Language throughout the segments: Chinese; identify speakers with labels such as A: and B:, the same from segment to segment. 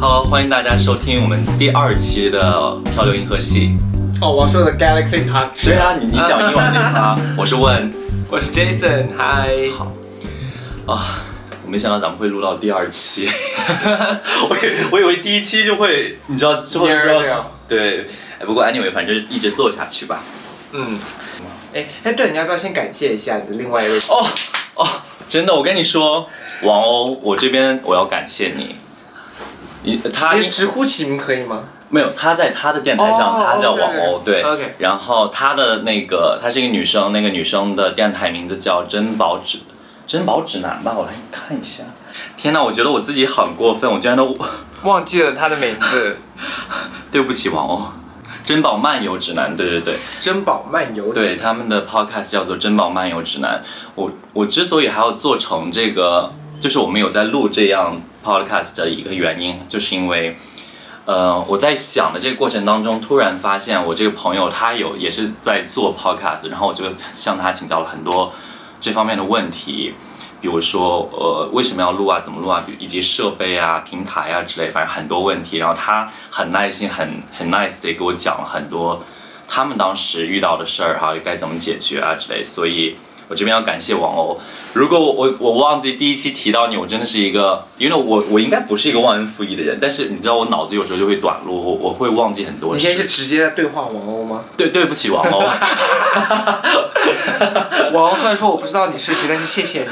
A: Hello，欢迎大家收听我们第二期的《漂流银河系
B: 哦，我说的 Galaxy》。Touch。
A: 对啊，你你讲英文那个啊，我是问
B: 我是 Jason，嗨。
A: 好啊，我没想到咱们会录到第二期， 我以我以为第一期就会，你知道之后就
B: Near
A: 要
B: there
A: 对，哎不过 anyway，反正一直做下去吧。
B: 嗯。哎哎，对，你要不要先感谢一下你的另外一位？
A: 哦哦，真的，我跟你说，王鸥，我这边我要感谢你，你他
B: 啊你直呼其名可以吗？
A: 没有，她在她的电台上，
B: 哦
A: 她叫
B: OK，
A: 王鸥，对。
B: OK
A: 然后她的那个，她是一个女生，那个女生的电台名字叫珍宝指珍宝指南吧，我来看一下。天呐，我觉得我自己很过分，我居然都
B: 忘记了他的名字，
A: 对不起王鸥。珍宝漫游指南，对对对，
B: 珍宝漫游。
A: 对，他们的 podcast 叫做《珍宝漫游指南》。我我之所以还要做成这个，就是我们有在录这样 podcast 的一个原因，就是因为，呃，我在想的这个过程当中，突然发现我这个朋友他有也是在做 podcast，然后我就向他请教了很多这方面的问题。比如说，呃，为什么要录啊？怎么录啊？以及设备啊、平台啊之类，反正很多问题。然后他很耐心、很很 nice 的给我讲了很多他们当时遇到的事儿，还有该怎么解决啊之类。所以我这边要感谢王鸥。如果我我我忘记第一期提到你，我真的是一个，因为我我应该不是一个忘恩负义的人，但是你知道我脑子有时候就会短路，我我会忘记很多
B: 你现在是
A: 事。
B: 直接在对话王鸥吗？
A: 对对不起王鸥，
B: 王鸥虽然说我不知道你是谁，但是谢谢你。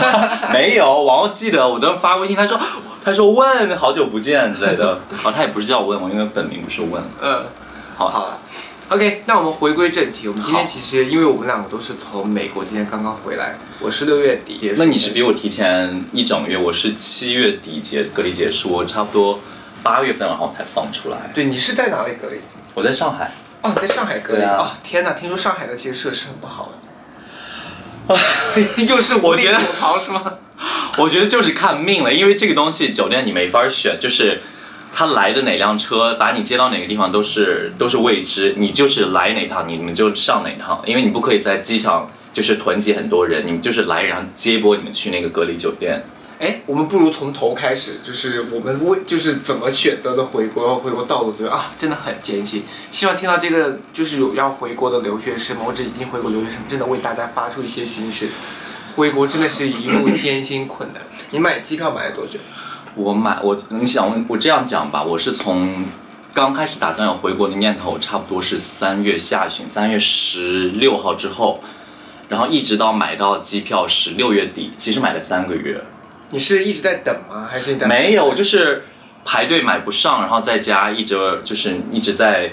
A: 没有王鸥记得我当时发微信，他说他说问好久不见之类 的。哦，他也不是叫问，我因为本名不是问。
B: 嗯，
A: 好
B: 好了。OK，那我们回归正题。我们今
A: 好
B: 天其实，因为我们两个都是从美国今天刚刚回来，我是六月底。
A: 那你是比我提前一整月，我是七月底结隔离结束，我差不多八月份然后才放出来。
B: 对，你是在哪里隔离？
A: 我在上海，
B: 哦，你在上海隔离
A: 对啊
B: 哦！天哪，听说上海的其实设施很不好。啊
A: 又是我觉得，
B: 吐槽是吗？
A: 我觉得就是看命了，因为这个东西酒店你没法选，就是他来的哪辆车，把你接到哪个地方都是都是未知，你就是来哪趟，你们就上哪趟，因为你不可以在机场就是囤积很多人，你们就是来然后接驳你们去那个隔离酒店。
B: 哎，我们不如从头开始，就是我们为就是怎么选择的回国，然后回国道路，觉得啊，真的很艰辛。希望听到这个就是有要回国的留学生们，或者已经回国留学生，真的为大家发出一些心声。回国真的是一路艰辛困难。你买机票买了多久？
A: 我买我你想我这样讲吧，我是从刚开始打算要回国的念头，差不多是三月下旬，三月十六号之后，然后一直到买到机票十六月底，其实买了三个月，
B: 你是一直在等吗？还是你在？
A: 没有，就是排队买不上，然后在家一直就是一直在。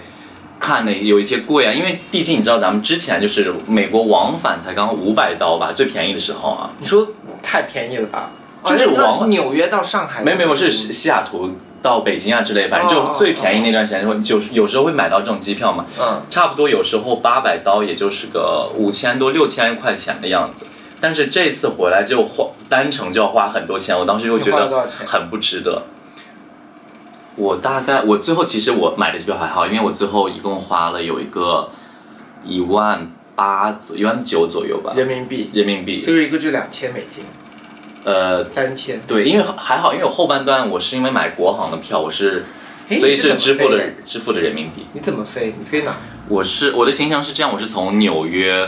A: 看的有一些贵啊，因为毕竟你知道咱们之前就是美国往返才刚五百刀吧，最便宜的时候啊，
B: 你说太便宜了吧？
A: 就是
B: 哦那那
A: 往
B: 是纽约到上海的，
A: 没有没有，我是西西雅图到北京啊之类，反正
B: 嗯哦
A: 就
B: 哦
A: 最便宜那段时间，就有时候会买到这种机票嘛，
B: 嗯，
A: 差不多有时候八百刀，也就是个五千多六千块钱的样子。但是这次回来就花单程就要花很多钱，我当时就觉
B: 你花了多少
A: 得
B: 钱
A: 很不值得。我大概我最后其实我买的机票还好，因为我最后一共花了有一个一万八左一万九左右吧，
B: 人民币，
A: 人民币。
B: 就是一个就两千美金，
A: 呃，
B: 三千。
A: 对，因为还好，因为我后半段我是因为买国航的票，我是
B: 诶
A: 所以
B: 你是
A: 是
B: 怎么
A: 支付
B: 飞
A: 了
B: 的
A: 支付的人民币。
B: 你怎么飞？你飞哪？
A: 我是我的行程是这样，我是从纽约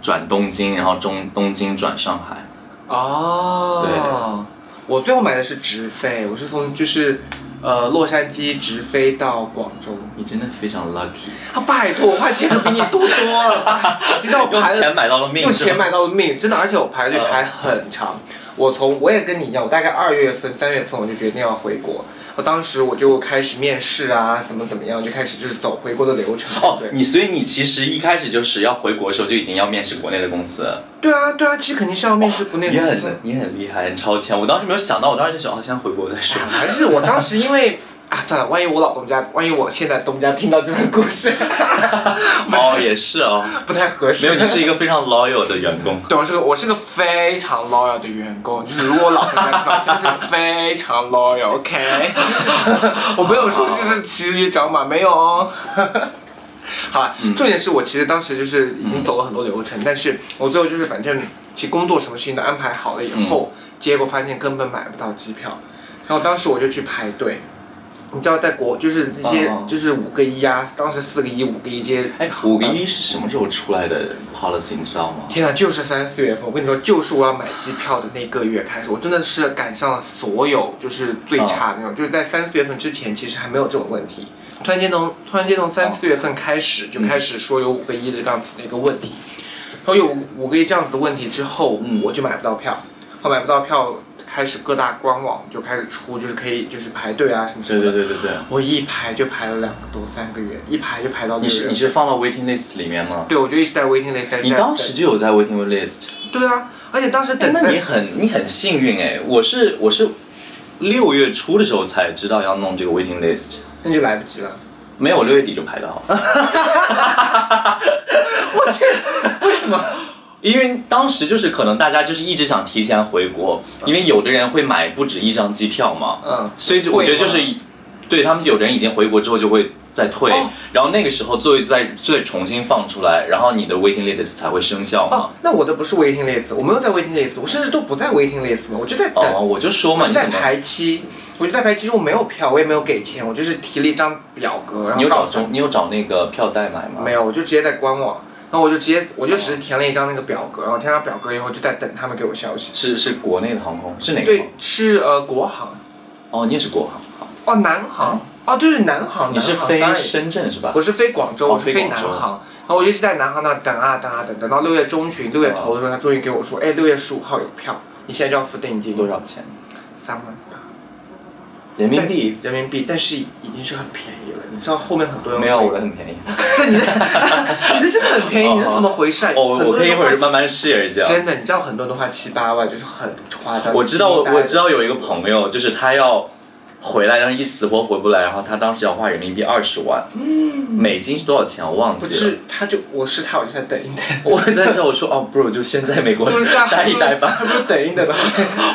A: 转东京，然后中东京转上海。
B: 哦，对，我最后买的是直飞，我是从就是呃洛杉矶直飞到广州。
A: 你真的非常 lucky，
B: 啊，拜托，我花钱可比你多多 了，你知道我
A: 用
B: 排了
A: 钱买到了命，
B: 用
A: 是
B: 钱
A: 吗？
B: 买到的命，真的，而且我排队排很长。我从我也跟你一样，我大概二月份、三月份我就决定要回国。我当时我就开始面试啊，怎么怎么样，就开始就是走回国的流程。
A: 哦
B: 对，
A: 你所以你其实一开始就是要回国的时候就已经要面试国内的公司，
B: 对啊，对啊，其实肯定是要面试国内
A: 你
B: 公
A: 很
B: 司。
A: 你很厉害，很超前。我当时没有想到，我当时就想，哦，先回国再说。
B: 还是我当时因为啊，算了，万一我老东家，万一我现在东家听到这段故事，
A: 哦，也是哦，
B: 不太合适。
A: 没有，你是一个非常 loyal 的员 工。
B: 对，我是个我是个非常 loyal 的员工，就是如果我老婆在看，我真的是非常 loyal，OK？、我没有说就是骑驴找马，没有哦。好吧，
A: 嗯
B: 重点是我其实当时就是已经走了很多流程，但是我最后就是反正其实工作什么事情都安
A: 嗯
B: 排好了以后，结果发现根本买不到机票，然后当时我就去排队，你知道在国就是这些
A: 哦
B: 就是五个一啊，当时四个一五个一这些。
A: 哎，五个一是什么时候出来的 policy 你知道吗？
B: 天哪，就是三四月份，我跟你说，就是我要买机票的那个月开始，我真的是赶上了所有就是
A: 啊
B: 最差的那种，就是在三四月份之前，其实还没有这种问题。突然间从突然间从三四月份开始，就开始说有五个一的这样子的一个问题，然后有五五个一这样子的问题之后，
A: 嗯
B: 我就买不到票，我买不到票，开始各大官网就开始出，就是可以就是排队啊什么什
A: 对
B: 么的。
A: 对对对对，
B: 我一排就排了两个多三个月，一排就排到
A: 你
B: 六
A: 是
B: 月
A: 你。是放到 waiting list 里面吗？
B: 对，我就一直在 waiting list 在。
A: 你当时就有在 waiting list，
B: 对啊，而且当时
A: 哎
B: 等
A: 那你很你很幸运哎，我是我是六月初的时候才知道要弄这个 waiting list，
B: 那就来不及了。
A: 没有我六月底就排 到。
B: 我去，为什么？
A: 因为当时就是可能大家就是一直想提前回国，因为有的人会买不止一张机票嘛，
B: 嗯
A: 所以就我觉得就是
B: 会，
A: 对他们有的人已经回国之后就会再退，
B: 哦
A: 然后那个时候座位再再重新放出来，然后你的 waiting list 才会生效
B: 哦
A: 嘛。，
B: 那我的不是 waiting list，我没有在 waiting list，我甚至都不在 waiting list 嘛，我就在等，
A: 哦，我就说嘛，
B: 我
A: 你
B: 就
A: 怎
B: 在
A: 么
B: 排期，我就在排期，其实我没有票，我也没有给钱，我就是提了一张表格，然
A: 你有
B: 后告
A: 找
B: 诉
A: 中你有找那个票代买吗？
B: 没有，我就直接在官网，然后我就直接我就只是填了一张那个表格，然后填了表格以后就在等他们给我消息。
A: 是是国内的航空是哪个航
B: 对，是呃国航，
A: 空？哦，你也是国航，好
B: 哦南航，哦对，南航，
A: 你是
B: 南航
A: 飞
B: sorry
A: 深圳是吧？
B: 我是飞广州，
A: 哦
B: 我是
A: 飞
B: 飞
A: 广
B: 南
A: 州
B: 航，然后我一直在南航那儿等啊等啊等，等到六月中旬、六月头的时候，他终于给我说，哎，六月十五号有票，你现在就要付定金，
A: 多？少钱？
B: 三万八
A: 人民币？
B: 人民币，但是已经是很便宜了。你知道后面很多人
A: 没有，
B: 会
A: 我的很便宜。
B: 这你的你的真的很便宜，
A: 哦
B: 你这怎么回事啊？
A: 哦，我
B: 很
A: 我
B: 多
A: 可以一
B: 人
A: 会儿
B: 都
A: 慢
B: 花
A: 慢 share 一下。
B: 真的，你知道很多人都花七八万，就是很夸张。
A: 我知道，我
B: 惊呆了
A: 我知道有一个朋友，就是他要回来，但是一死活回不来，然后他当时要花人民币二十万，
B: 嗯
A: 美金是多少钱我忘
B: 不
A: 记了。
B: 是，他就我是他，我就在等一等。
A: 我在这我说哦，bro，就先在美国
B: 不是他
A: 待一待吧，
B: 他不是等一等的，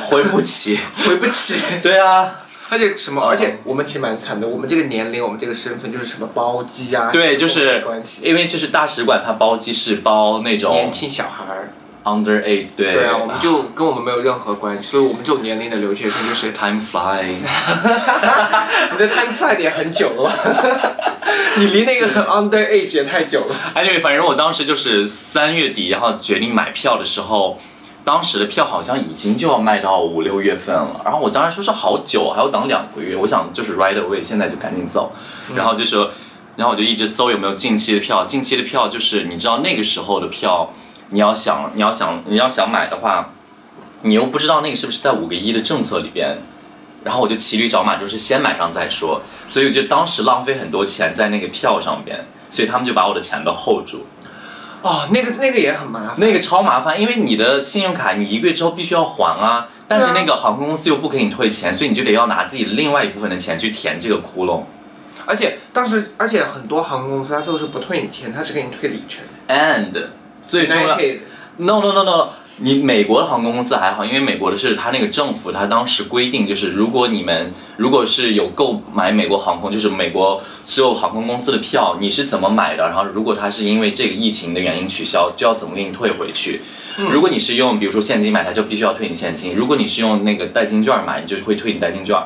A: 回不起。
B: 回不起。
A: 对啊，
B: 而且什么？而且我们其实蛮惨的，我们这个年龄，我们这个身份就是什么包机啊，
A: 对，就
B: 什么都没
A: 是
B: 关系。
A: 因为就是大使馆它包机是包那
B: 年
A: 种
B: 轻小孩儿，
A: under age，对
B: 对啊，我们就跟我们没有任何关系，所以我们这种年龄的留学生就是，
A: time fly。
B: 你的 time flight 也很久了 吧？你离那个 under age 也太久了。
A: anyway，反正我当时就是三月底，然后决定买票的时候，当时的票好像已经就要卖到五六月份了。然后我当时说是好久，啊还要等两个月。我想就是 right away，现在就赶紧走。然后就说，然后我就一直搜有没有近期的票。近期的票就是你知道那个时候的票，你要想你要想你要想买的话，你又不知道那个是不是在五个一的政策里边。然后我就骑驴找马，就是先买上再说，所以我就当时浪费很多钱在那个票上边，所以他们就把我的钱都 hold 住，
B: 哦，那个那个也很麻烦。
A: 那个超麻烦，因为你的信用卡你一个月之后必须要还啊，但是
B: 对啊
A: 那个航空公司又不给你退钱，所以你就得要拿自己另外一部分的钱去填这个窟窿。
B: 而且当时，而且很多航空公司它就是不退你钱，它只给你退里程。
A: And 最重要
B: United
A: No no no no，你美国的航空公司还好，因为美国的是它那个政府，它当时规定就是，如果你们如果是有购买美国航空，就是美国所有航空公司的票，你是怎么买的？然后如果它是因为这个疫情的原因取消，就要怎么给你退回去？
B: 嗯
A: 如果你是用比如说现金买，它就必须要退你现金；如果你是用那个代金券买，你就会退你代金券。
B: 哦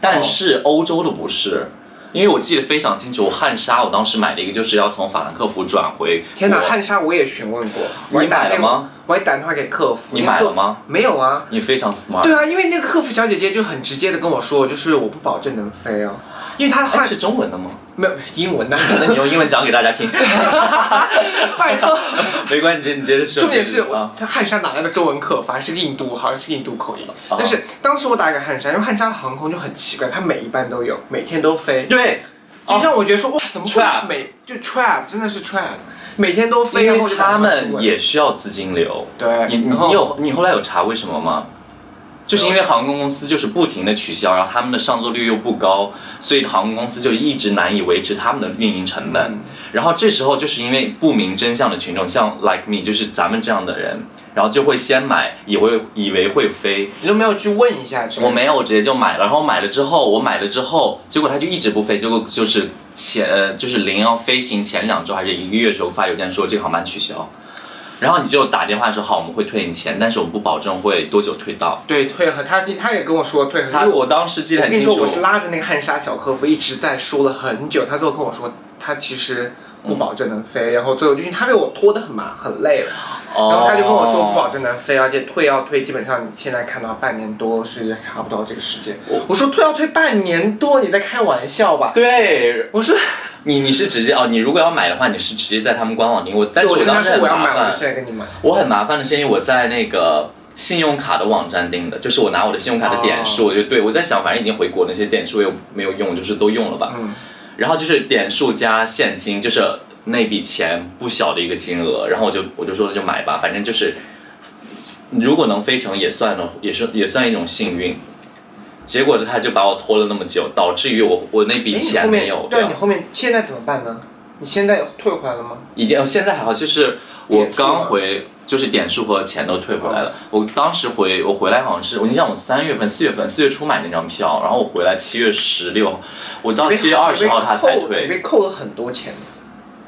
A: 但是欧洲的不是。因为我记得非常清楚，汉莎我当时买了一个，就是要从法兰克福转回。
B: 天哪，！汉莎我也询问过，我还
A: 你买
B: 打
A: 了
B: 电
A: 吗？
B: 我还打电话给客服。
A: 你
B: 那
A: 买
B: 客
A: 了吗？
B: 没有啊。
A: 你非常 smart。
B: 对啊，因为那个客服小姐姐就很直接的跟我说，就是我不保证能飞哦，因为她
A: 它
B: 汉
A: 哎是中文的吗？
B: 没有英 文呐、
A: 那你用英文讲给大家 听，
B: 拜托。
A: 没关系，你接着说。
B: 重 点是我
A: 啊，
B: 他 汉莎哪来的中文课？反正是印度，好像是印度口音。
A: 啊
B: 但是当时我打给汉莎，因为汉莎的航空就很奇怪，它每一班都有，每天都飞，
A: 对，
B: 就让我觉得说哇，怎么会
A: 哦 Trap
B: 每就 trap 真的是 trap，每天都飞，然
A: 因
B: 后我
A: 为
B: 就打
A: 他
B: 电话去问
A: 们也需要资金流。
B: 对，嗯
A: 你你
B: 然后
A: 你有你后来有查为什么吗？就是因为航空公司就是不停的取消，然后他们的上座率又不高，所以航空公司就一直难以维持他们的运营成本。
B: 嗯
A: 然后这时候就是因为不明真相的群众，像 like me 就是咱们这样的人，然后就会先买，以为以为会飞，
B: 你都没有去问一下之类的，
A: 我没有，我直接就买了。然后买了之后，我买了之后，结果它就一直不飞，结果就是前呃就是临要飞行前两周还是一个月的时候发邮件说这个航班取消。然后你就打电话说好，我们会退你钱，但是我们不保证会多久退到。
B: 对，退和他是他也跟我说退和，
A: 他
B: 因为
A: 我当时记得
B: 我
A: 很
B: 跟你
A: 清
B: 说，
A: 楚
B: 我，是拉着那个汉莎小客服一直在说了很久，他最后跟我说他其实不
A: 嗯
B: 保证能飞，然后最后就是他被我拖得很麻很累了，然后他就跟我说不保
A: 哦
B: 证能飞，而且退要退，基本上你现在看到半年多是差不多这个时间。
A: 我
B: 我说退要退半年多，你在开玩笑吧？
A: 对
B: 我说，
A: 你你是直接哦，你如果要买的话，你是直接在他们官网订。我但
B: 对
A: 是
B: 我就
A: 我
B: 跟他
A: 当时很
B: 说我要买，
A: 麻
B: 我就
A: 烦，
B: 现在跟你买。
A: 我很麻烦的是因为我在那个信用卡的网站订的，就是我拿我的信用卡的点
B: 哦
A: 数，我就对我在想，反正已经回国了那些点数又没有用，就是都用了吧。
B: 嗯，
A: 然后就是点数加现金，就是那笔钱不小的一个金额。然后我就我就说那就买吧，反正就是如果能飞成也算了，也是也算一种幸运。结果他就把我拖了那么久，导致于我我那笔
B: 哎你
A: 钱
B: 后面
A: 没有
B: 对
A: 掉
B: 你。后面现在怎么办呢？你现在退回来了吗？
A: 已经呃现在还好，就是我
B: 点数
A: 刚
B: 吗
A: 回，就是点数和钱都退回来了。我当时回我回来好像是，我你想我三月份、四月份、四月初买那张票，然后我回来七月十六，我到
B: 被
A: 七月二十号他才
B: 被扣你
A: 退，
B: 被扣了很多钱。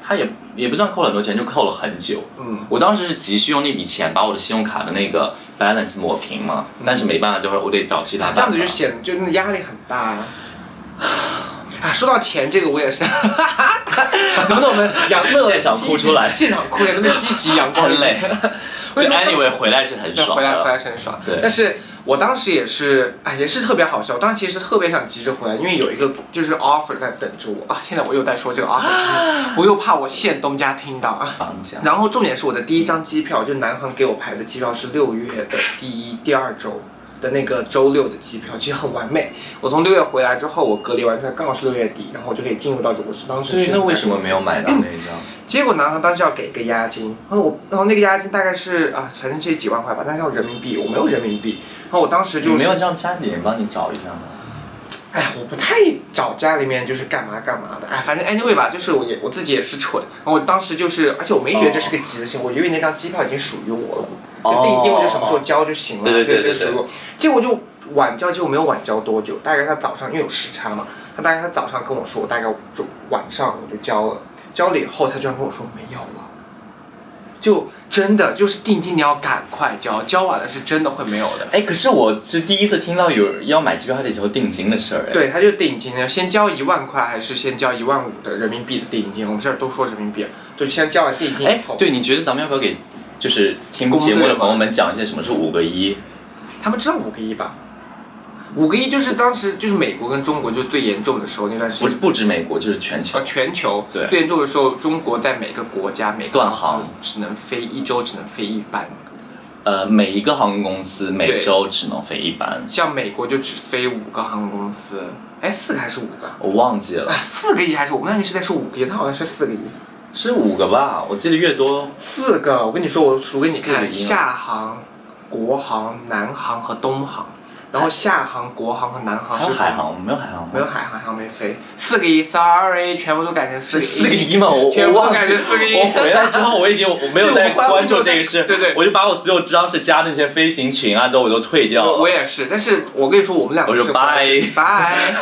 A: 他也也不算扣了很多钱，就扣了很久。
B: 嗯，
A: 我当时是急需用那笔钱把我的信用卡的那个 balance 抹平嘛，但是没办法，就是我得找其他办
B: 嗯这
A: 法。
B: 样子就显得就那压力很大 啊。啊，说到钱这个，我 也是，能不能我们阳乐
A: 现场哭出来
B: 现场哭，能不能积 极阳光一
A: 很累
B: 点？。
A: 就
B: 为什么当时
A: anyway 回来是很
B: 对
A: 爽
B: 回来回
A: 的，
B: 来是很爽。
A: 对
B: 但是我当时也是，哎，也是特别好笑。我当时其实特别想急着回来，因为有一个就是 offer 在等着我啊。现在我又在说这个 offer，是
A: 啊
B: 我又怕我现东家听到啊。
A: 绑架
B: 然后重点是我的第一张机票，就南航给我排的机票是六月的第一、第二周的那个周六的机票，其实很完美。我从六月回来之后，我隔离完出来刚好是六月底，然后我就可以进入到我是当时
A: 对
B: 去，
A: 那为什么没有？买到那一 张？
B: 结果南航当时要给个押金，然后我，然后那个押金大概是啊，反正是几万块吧，但是要人民币，我没有人民币。然后我当时
A: 你
B: 就是
A: 没有让家里人帮你找一下吗？
B: 哎，我不太找家里面就是干嘛干嘛的，哎，反正 anyway 吧，就是我也我自己也是蠢，然后我当时就是，而且我没觉得这是个急的事情，我以为那张机票已经属于我了，
A: 哦
B: 就定金我就什么时候交就行了，
A: 对对对
B: 就
A: 对
B: 属于我。结果就晚交，结果没有晚交多久，大概他早上因为有时差嘛，他大概他早上跟我说，我大概就晚上我就交了，交了以后他居然跟我说没有了。就真的就是定金，你要赶快交，交晚了是真的会没有的。
A: 哎，可是我是第一次听到有人要买机票还得交定金的事儿哎。
B: 对，他就定金呢，先交一万块还是先交一万五的人民币的定金？我们这儿都说人民币，就先交完定金以
A: 哎
B: 后，，
A: 对，你觉得咱们要不要给就是听
B: 攻略
A: 节目的
B: 吗
A: 朋友们讲一些什么是五个一？
B: 他们知道五个亿吧？五个亿就是当时就是美国跟中国就最严重的时候那段时
A: 不是
B: 间，
A: 不止美国，就是全球
B: 呃，。全球
A: 对
B: 最严重的时候，中国在每个国家每个
A: 断
B: 航
A: 航
B: 司只能飞一周只能飞一班，
A: 呃，每一个航空公司每
B: 对
A: 周只能飞一班，
B: 像美国就只飞五个航空公司，哎，四个还是五个？
A: 我忘记了
B: 哎，，四个亿还是五？那你是在说五个亿？他好像是四个亿。
A: 是五个吧？我记得越多
B: 四个，我跟你说，我数给你
A: 四个一
B: 看：
A: 吗
B: 厦航、国航、南航和东航。然后厦航、国航和南航
A: 还有
B: 是
A: 海，航，没有海航吗？
B: 没有海航，海航没飞。四个一，sorry，全部都改成四
A: 是
B: 个一。
A: 四个一吗？我
B: 全
A: 我
B: 部
A: 忘
B: 改
A: 记
B: 成四个一
A: 我回来之后我已经我没有再
B: 对我发
A: 关注这个事，
B: 对对
A: 我就把我所有知识加那些飞行群啊都我都退掉
B: 我我
A: 了。
B: 也是，但是我跟你说，我们两个
A: 我说
B: 是回来是
A: 拜
B: 拜。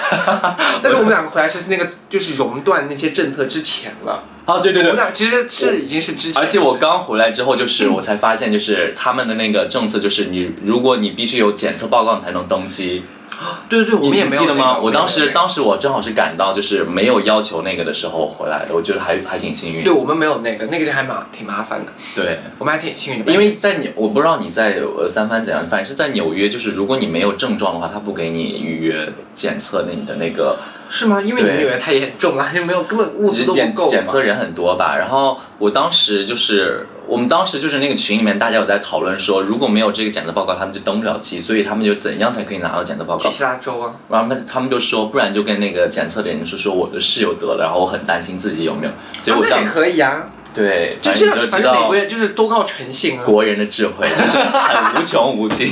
B: 但是我们两个回来是那个就是熔断那些政策之前了，
A: 啊，对对对
B: 我们，俩其实是已经是之前
A: 而
B: 的
A: 且
B: 事。
A: 我刚回来之后，就是
B: 嗯
A: 我才发现，就是他们的那个政策，就是你如果你必须有检测报告你才能登机。
B: 对对对，我们也
A: 你
B: 没有
A: 记得
B: 那
A: 吗？
B: 个
A: 我当时
B: 没有那个
A: 当时我正好是赶到就是没有要求那个的时候回来的，我觉得还还挺幸运
B: 对。我们没有那个，那个就还蛮挺麻烦的，
A: 对，
B: 我们还挺幸运的，
A: 因为在纽，我不知道你在呃三藩怎样，反正是在纽约，就是如果你没有症状的话，他不给你预约检测你的那个
B: 是吗？因为你
A: 对
B: 们女儿太严重了，啊就没有根本物资都不
A: 检
B: 够
A: 检
B: 嘛。
A: 测人很多吧。然后我当时就是，我们当时就是那个群里面大家有在讨论说，如果没有这个检测报告，他们就登不了机，所以他们就怎样才可以拿到检测报
B: 去
A: 告？
B: 其他州啊，
A: 然后他们他们就说，不然就跟那个检测的人说，说我的室友得了，然后我很担心自己有没有，所以我
B: 啊那
A: 想、
B: 也可以啊，
A: 对，
B: 就
A: 反
B: 这
A: 正你
B: 样
A: 就，
B: 反
A: 知
B: 正美
A: 道
B: 国。也就是多靠诚信 啊。
A: 国人的智慧就是很无穷无 尽，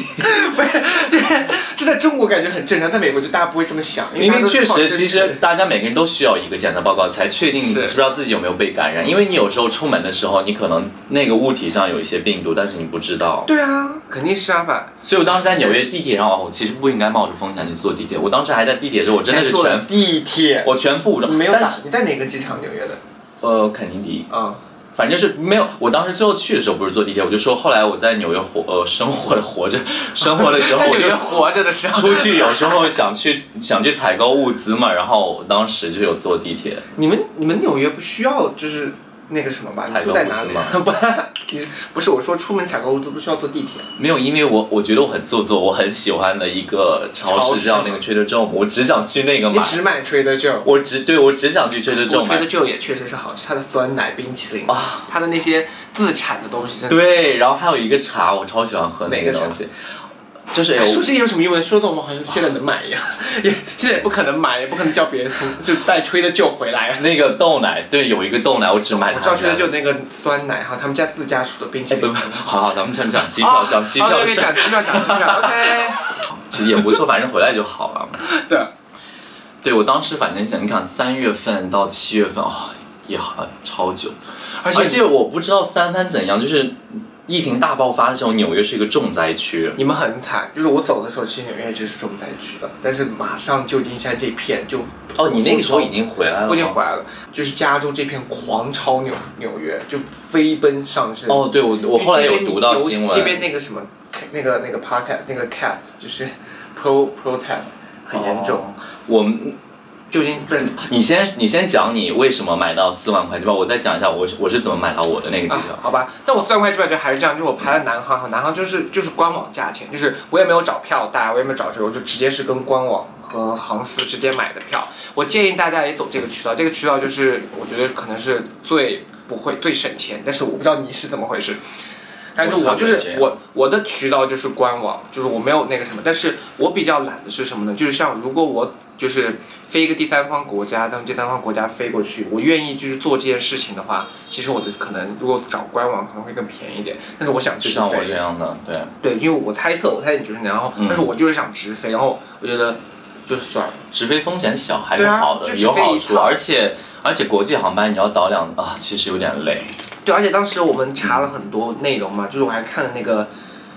B: 这这在中国感觉很正常，在美国就大家不会这么想，
A: 因
B: 大家
A: 为
B: 都是
A: 确
B: 靠
A: 实，
B: 真
A: 其
B: 诚
A: 实大家每个人都需要一个检测报告，才确定你知
B: 是
A: 不知道自己有没有被感染。因为你有时候出门的时候，你可能那个物体上有一些病毒，但是你不知道。
B: 对啊，肯定是啊吧。
A: 所以我当时在纽约地铁上，我其实不应该冒着风险去坐地铁。我当时还在地铁的时候，我真的是
B: 还哎坐了
A: 全
B: 地铁，
A: 我全副武装，
B: 没有
A: 但
B: 打
A: 是。
B: 你在哪个机场？纽约的
A: 呃，肯尼迪，
B: 啊？
A: 反正就是没有。我当时最后去的时候不是坐地铁，我就说后来我在纽约活呃生活的活着生活的时 候，
B: 在
A: 我
B: 纽
A: 就
B: 约活着的时候，
A: 出去有时候想去想去采购物资嘛，然后我当时就有坐地铁。
B: 你们你们纽约不需要就是那个什么吧？
A: 采
B: 你
A: 购
B: 住在哪里？
A: 物
B: 不，你不是我说出门采购物资不需要坐地铁。
A: 没有，因为我我觉得我很做作，我很喜欢的一个超
B: 超
A: 市
B: 市
A: 叫那个 Trader Joe，我只想去那个
B: 你
A: 买，
B: 只买 Trader Joe。
A: 我只对我只想去 Trader
B: 我
A: Joe
B: 觉得
A: 买。
B: Joe 也确实是好吃，它的酸奶、冰淇淋
A: 啊，
B: 它的那些自产的东西 真的。
A: 对，然后还有一个茶，我超喜欢喝那
B: 哪个茶
A: 东西，就是
B: 哎
A: 有
B: 说这有什么用呢？说的我们好像现在能买一样， 也现在也不可能买，也不可能叫别人从就带 Trader Joe 回来。
A: 那个豆奶，对，有一个豆奶，我只买
B: 我
A: 它
B: 知道现在
A: 的。
B: 就那个酸奶哈，他们家自家出的冰淇
A: 哎，不
B: 淋。
A: 不，好好，咱们先讲机
B: 啊
A: 票，讲机票
B: 啊
A: 的
B: 对对
A: 事儿，
B: 讲机票，讲机票，OK。
A: 其实也不错，反正回来就好了。
B: 对，
A: 对我当时反正想，你看三月份到七月份哦，也好超久，
B: 而
A: 而
B: 且
A: 且我不知道三藩怎样，就是疫情大爆发的时候，纽约是一个重灾区。
B: 你们很惨，就是我走的时候，其实纽约一直是重灾区的，但是马上旧金山这片就
A: 哦，你那个时候已经回来了吗，
B: 我已经回来了，就是加州这片狂超纽纽约，就飞奔上升。
A: 哦，对我
B: 因为
A: 我后来
B: 这
A: 有
B: 边
A: 读到新闻，
B: 这边那个什么，那个那个 podcast 那个 cast 就是 pro protest 很严重，
A: 哦我们
B: 旧金不是
A: 你先你先讲你为什么买到四万块机票，我再讲一下我是我是怎么买到我的那个机
B: 啊
A: 票。，
B: 好吧，但我算块机票就还是这样，就是我排了南航，南航就是就是官网价钱，就是我也没有找票代，我也没有找谁，我就直接是跟官网和航司直接买的票。我建议大家也走这个渠道，这个渠道就是我觉得可能是最不会最省钱，但是我不知道你是怎么回事。但是
A: 我差
B: 我
A: 不多
B: 就是
A: 这
B: 是
A: 样
B: 我我的渠道就是官网，就是我没有那个什么，但是我比较懒的是什么呢？就是像如果我就是飞一个第三方国家，从第三方国家飞过去，我愿意就是做这件事情的话，其实我的可能如果找官网可能会更便宜一点，但是我想
A: 就
B: 直
A: 像我这
B: 飞，
A: 样的，对，
B: 对，因为我猜测，我猜你就是那样然后，
A: 嗯
B: 但是我就是想直飞，然后我觉得就是算了，
A: 直飞风险小还是
B: 对啊
A: 好的，
B: 就直
A: 有
B: 飞
A: 好
B: 一
A: 处，
B: 趟
A: 而且而且国际航班你要倒两啊，其实有点累。
B: 对，而且当时我们查了很多内容嘛，就是我还看了那个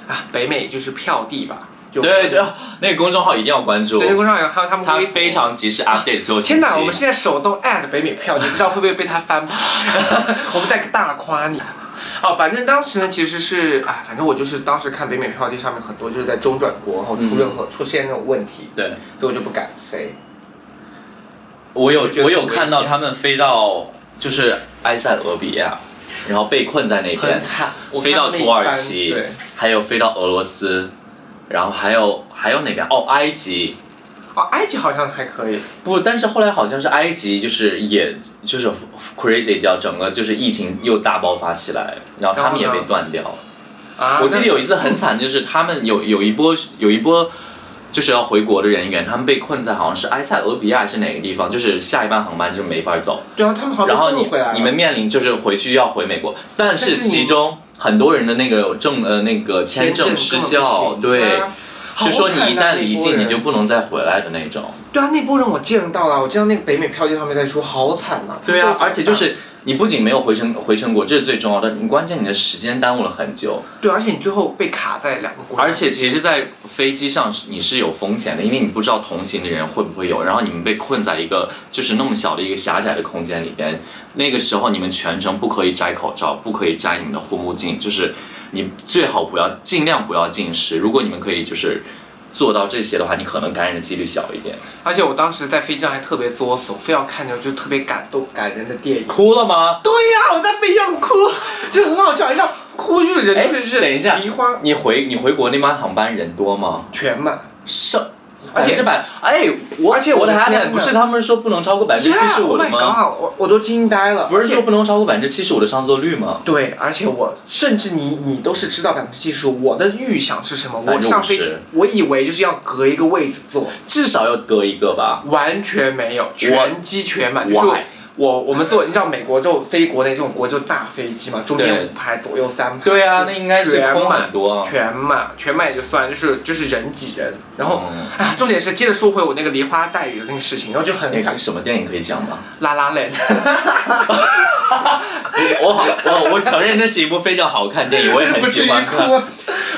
B: 啊北美就是票地吧，就
A: 对对，那个公众号一定要关注
B: 对，，那工商有还有他们
A: 它
B: 微博
A: 非常及时 update 所有信
B: 天
A: 息。
B: 哪！我们现在手动 at 北美票，你不知道会不会被他翻 盘？我们在大夸你。哦，反正当时呢，其实是啊，反正我就是当时看北美票地上面很多就是在中转国，然后出任何、出现那种问题，
A: 对，
B: 所以我就不敢飞。
A: 我有
B: 我觉得
A: 我有
B: 很危
A: 看到
B: 险
A: 他们飞到就是埃塞俄比亚，然后被困在那边
B: 很，惨，我
A: 飞到
B: 看那一
A: 土耳
B: 班
A: 其
B: 对，
A: 还有飞到俄罗斯，然后还有还有哪边？哦，埃及。
B: 哦，埃及好像还可以，
A: 不，但是后来好像是埃及，就是也就是 crazy 掉，整个就是疫情又大爆发起来，然后他们也
B: 然后
A: 被
B: 呢
A: 断掉了。
B: 啊，
A: 我记得
B: 那
A: 有一次很惨，就是他们有有一波有一波就是要回国的人员，他们被困在好像是埃塞俄比亚还是哪个地方，就是下一班航班就没法走，
B: 对啊，他们好
A: 然
B: 像
A: 后
B: 送
A: 你
B: 回来了
A: 你们面临就是回去要回美国，但是
B: 但是你
A: 其中很多人的那个证呃那个签
B: 签
A: 证
B: 根
A: 失
B: 本不
A: 效，
B: 行
A: 对，
B: 啊好
A: 是说你一
B: 惨啊
A: 旦离
B: 那波
A: 境你
B: 人
A: 就不能再回来的那种，
B: 对啊，那波人我见到了，我见到那个北美票地上面在说，好惨呐、
A: 对啊，
B: 他们都
A: 而且就是。你不仅没有回程回程国，这是最重要的。你关键你的时间耽误了很久，
B: 对，而且你最后被卡在两个国家，
A: 而且其实，在飞机上是你是有风险的，因为你不知道同行的人会不会有，然后你们被困在一个就是那么小的一个狭窄的空间里边，那个时候你们全程不可以摘口罩，不可以摘你们的护目镜，就是你最好不要，尽量不要近视。如果你们可以就是做到这些的话，你可能感染的几率小一点。
B: 而且我当时在飞机上还特别作死，我非要看那种就特别感动、感人的电影。
A: 哭了吗？
B: 对呀、我在飞机上哭，就很好笑。你知道，哭就是
A: 哎
B: 人就是
A: 等一下
B: 梨花
A: 你回你回国那班航班人多吗？
B: 全满，
A: 是。
B: 而且
A: 这百哎，我
B: 而且
A: 我
B: 我的
A: 的海
B: 天
A: 胆不
B: 呐
A: 是他们说不能超过百分之七十五
B: Yeah，oh
A: 的
B: my
A: 吗
B: god，我我都惊呆了。
A: 不是
B: 而且
A: 说不能超过百分之七十五的上座率吗？
B: 对，而且我甚至你你都是知道百分之七十，我的预想是什么？我
A: 50%
B: 上飞机，我以为就是要隔一个位置坐，
A: 至少要隔一个吧。
B: 完全没有，全机全满，就是
A: Why？
B: 我我们坐，你知道美国就飞国内这种国就大飞机嘛，中
A: 对
B: 间五排，左右三排。
A: 对啊，那应该是
B: 全
A: 空
B: 满
A: 很多啊。
B: 全满，全满也就算，就是就是人挤人。然后、
A: 嗯
B: 啊，重点是接着说回我那个梨花带雨的那个事情，然后就很
A: 那
B: 感
A: 个什么电影可以讲 吗？
B: 拉拉泪。
A: 我好，我我承认那是一部非常好看的电影，我也很
B: 不至
A: 喜
B: 于
A: 欢看。
B: 哭。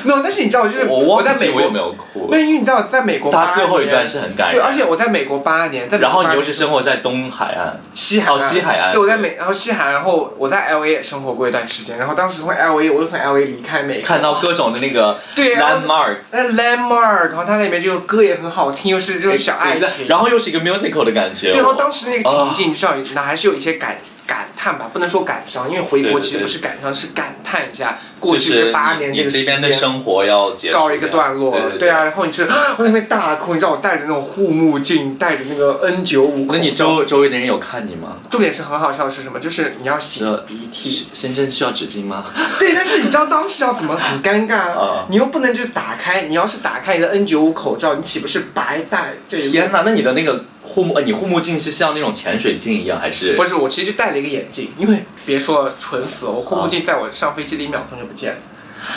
B: no，但是你知道，就是
A: 我忘
B: 在
A: 记
B: 美
A: 我
B: 国
A: 有没，有哭
B: 对，。因为你知道，在美国八
A: 他
B: 年，
A: 最后一段是很感人，
B: 对，而且我在美国八年，在美国
A: 然后
B: 八
A: 你
B: 年
A: 又是生活在东海岸，
B: 西海
A: 哦
B: 岸，
A: 西海岸
B: 对，我在美，然后西海岸，然后我在 L A 也生活过一段时间，然后当时从 L A 我又从 L A 离开美国，
A: 看到各种的那个
B: 对然后
A: landmark，
B: 那 landmark，然后它那边就歌也很好听，又是这种小爱情，
A: 然后又是一个 musical 的感觉。
B: 对，然后
A: 我
B: 当时那个情境，你知道，那还是有一些感感叹吧，不能说感伤，因为回
A: 对
B: 国
A: 对
B: 其实
A: 对
B: 不是感伤，是感叹一下过
A: 就
B: 去这
A: 是
B: 八
A: 你
B: 年这
A: 你
B: 个时
A: 这边
B: 间
A: 的生活要结束
B: 告一个段落
A: 对
B: 了，
A: 对
B: 对啊，。然后你是我在那边大哭，你知道我戴着那种护目镜，戴着那个 N 九五，
A: 那你周周围的人有看你吗？
B: 重点是很好笑的是什么？就是你要擤
A: 这
B: 鼻涕，
A: 深深需要纸巾吗？
B: 对，但是你知道当时要怎么很尴尬啊
A: 啊？
B: 你又不能就是打开，你要是打开你的 N 九五口罩，你岂不是白戴这一
A: 天哪，那你的那个护目，呃你护目镜是像那种潜水镜一样，还是
B: 不是，我其实就戴了一个眼镜，因为别说了，蠢死了！我
A: 啊
B: 护目镜在我上飞机的一秒钟就不见了，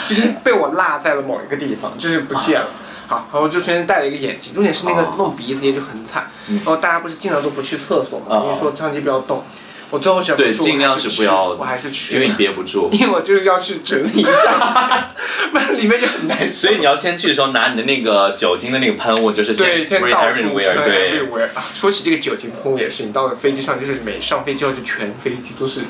B: 就是被我落在了某一个地方，就是不见了。好，
A: 啊
B: 然后我就随便戴了一个眼镜，重点是那个
A: 哦
B: 弄鼻子也就很惨。
A: 嗯
B: 然后大家不是尽量都不去厕所嘛，
A: 哦
B: 因为说相机不要动。我最后想
A: 对
B: 说
A: 尽量
B: 我还是
A: 是不要
B: 去我还是去
A: 因
B: 了，
A: 为你憋不住？
B: 因为我就是要去整理一 下，不然里面就很难受。
A: 所以你要先去的时候拿你的那个酒精的那个喷雾，就是
B: 对，先
A: spray
B: 到处
A: everywhere，对，
B: everywhere 啊。说起这个酒精喷雾也是，你到了飞机上，就是每上飞机后就全飞机都是，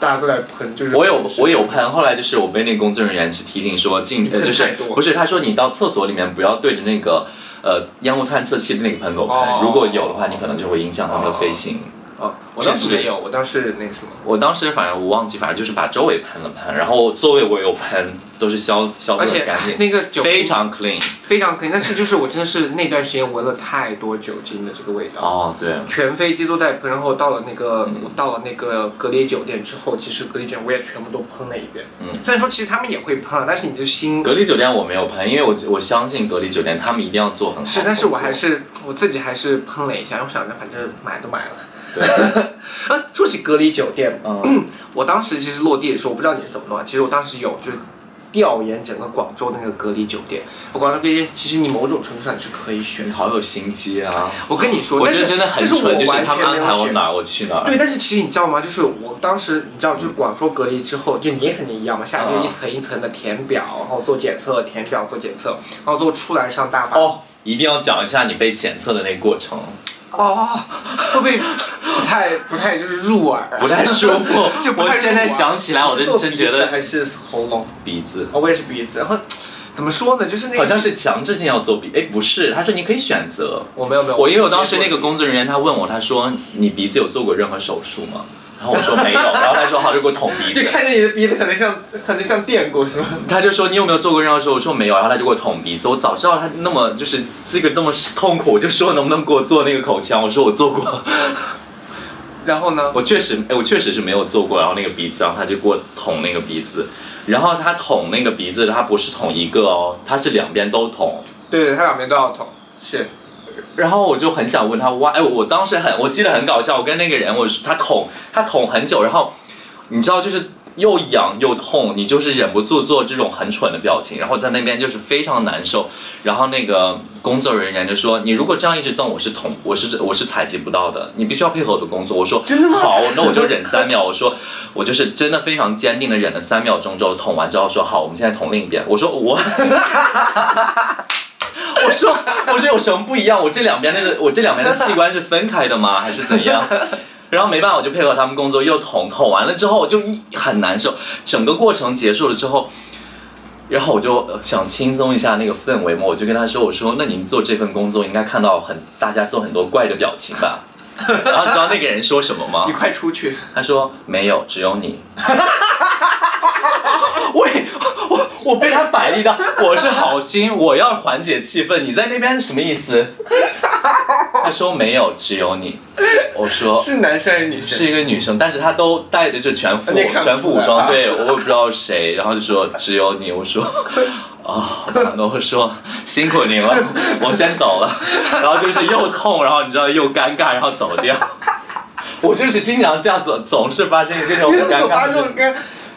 B: 大家都在喷，就是
A: 我有我有喷，后来就是我被那个工作人员是提醒说进，呃
B: 喷
A: 就是
B: 太多
A: 不是他说你到厕所里面不要对着那个呃烟雾探测器的那个喷头喷，
B: 哦
A: 如果有的话，你可能就会影响他们的飞行。
B: 哦，我当时没有，我当时那个什么，
A: 我当时反正我忘记，反正就是把周围喷了喷，然后座位我有喷，都是消消毒
B: 而
A: 很
B: 且
A: 干净，
B: 那个酒
A: 非常 clean。
B: 非常可以，但是就是我真的是那段时间闻了太多酒精的这个味道。
A: 哦，嗯对，
B: 全飞机都在喷，然后到了那个、我到了那个隔离酒店之后，其实隔离酒店我也全部都喷了一遍。
A: 嗯
B: 虽然说其实他们也会喷啊，但是你的心
A: 隔离酒店我没有喷，因为我我相信隔离酒店他们一定要做很好的工作。
B: 是，但是我还是我自己还是喷了一下，我想着反正买都买了。
A: 嗯对，
B: 啊，说起隔离酒店，
A: 嗯，
B: 我当时其实落地的时候，我不知道你是怎么弄啊，其实我当时有就是调研整个广州的那个隔离酒店。我广州隔离，其实你某种程度上是可以选
A: 你。好有心机啊！
B: 我跟你说，
A: 我
B: 但
A: 觉
B: 是
A: 得真的很
B: 但是我
A: 蠢，就是
B: 完
A: 他
B: 全
A: 们
B: 没
A: 安排
B: 有
A: 我
B: 选。
A: 哪儿我去哪儿。
B: 对，但是其实你知道吗？就是我当时，你知道，就是广州隔离之后，就你也很一样嘛，下来就
A: 啊
B: 一层一层的填表，然后做检测，填表做检测，然后最后出来上大巴。
A: 哦，一定要讲一下你被检测的那个过程，
B: 哦，会不会不太不太就是入耳、啊？
A: 不太舒服
B: 。就不太舒服啊
A: 我现在想起来，我
B: 是
A: 认
B: 做
A: 真
B: 鼻
A: 觉
B: 子
A: 得
B: 还是喉咙，
A: 鼻子
B: 哦，我也是鼻子。然后怎么说呢？就是那个，
A: 好像是强制性要做鼻，哎，不是，他说你可以选择。
B: 我没有没有，
A: 我因为我
B: 直接
A: 当时那个
B: 做
A: 工作人员他问我，他说你鼻子有做过任何手术吗？然后我说没有，然后他说好，就给我捅鼻
B: 就
A: 子。
B: 看见你的鼻子可能像可能像电过是吧？
A: 他就说你有没有做过任何手术？我说没有，然后他就给我捅鼻子。我早知道他那么就是这个那么痛苦，我就说能不能给我做那个口腔？我说我做过，
B: 然后呢？
A: 我确实，哎，我确实是没有做过，然后那个鼻子，然后他就给我捅那个鼻子，然后他捅那个鼻子，他不是捅一个哦，他是两边都捅。
B: 对对，它两边都要捅，是
A: 然后我就很想问他 why，哎，我当时很，我记得很搞笑，我跟那个人，我他捅他捅很久，然后你知道就是又痒又痛，你就是忍不住做这种很蠢的表情，然后在那边就是非常难受。然后那个工作人员就说，你如果这样一直动，我是捅，我是我是采集不到的，你必须要配合我的工作。我说
B: 真的吗
A: 好，那我就忍三秒。我说我就是真的非常坚定的忍了三秒钟之后，捅完之后说好，我们现在捅另一边。我说我。 我说，我说有什么不一样？我这两边那个，我这两边的器官是分开的吗？还是怎样？然后没办法，我就配合他们工作，又捅捅完了之后，我就一很难受。整个过程结束了之后，然后我就呃想轻松一下那个氛围嘛，我就跟他说：“我说，那您做这份工作应该看到很大家做很多怪的表情吧？”然后你知道那个人说什么吗
B: 你？快出去，
A: 他说：“没有，只有 你。”我也我我被他摆了一道，我是好心，我要缓解气氛，你在那边什么意思？他说没有，只有你。我说
B: 是男生还是女生？
A: 是一个女生，但是她都戴着就全 副
B: 你也看不出来啊
A: 全副武装，
B: 吧
A: 对我也不知道谁， 然后就说只有你，我 说。啊，好吧，那我说辛苦您了， 我先走了。 然后就是又痛，然后你知道又尴尬，然后走掉。 我就是经常这样走，总是发生一些这种
B: 你
A: 很
B: 怎
A: 尴
B: 么
A: 尬
B: 把
A: 的
B: 这
A: 事
B: 种。跟？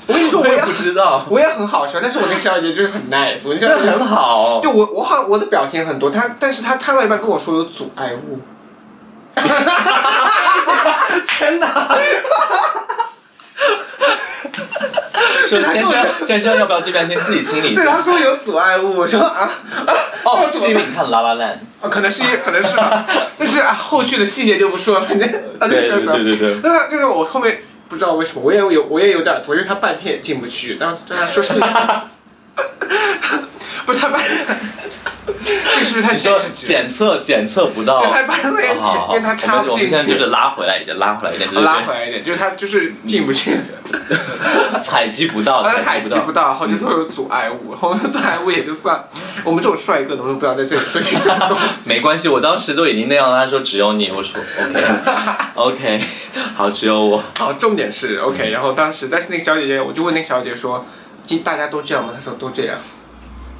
B: 我跟你说，
A: 我
B: 我
A: 也
B: 也
A: 不知道，
B: 我也很好笑，但是我那个小姐姐就是很 nice，我那小
A: 真的
B: 姐姐
A: 很好。
B: 对我我好像我的表情很多，她但是她她到一半跟我说有阻碍物，
A: 天哪！说先生先生要不要这边先自己清理一
B: 对，
A: 下？
B: 他说有阻碍物，我说啊啊，
A: 哦，是因为你看《拉拉烂
B: 啊，可能是因可能是吧，但是啊，后续的细节就不说了， 反正他》，啊就
A: 对
B: 说
A: 对
B: 出来
A: 对。对对，
B: 那就是我后面不知道为什么，我也有我也有点头，因为他半天也进不去，当当然说是， 不是他半，这是不是太
A: 你说
B: 限制级了？
A: 检测检测不到，
B: 对，
A: 好
B: 他半天
A: 好好，我
B: 因为他插
A: 们
B: 不
A: 哦我们
B: 进
A: 现在就
B: 去
A: 是。拉回来一点，拉回来一点，就是
B: 拉回来一点，就是他就是进不去，
A: 采集不到，
B: 然后他
A: 采
B: 也
A: 集
B: 进不
A: 嗯不到。嗯
B: 到，然后就说有阻碍物，然后 阻碍物也就算了，我们这种帅哥能不能不要在这里说这种东西？
A: 没关系，我当时就已经那样了。他说只有你，我说 OK，OK，、好，只有我。
B: 好，重点是
A: 嗯
B: OK，然后当时，但是那个小姐姐，我就问那个小姐姐说，今大家都这样吗？她说都这样。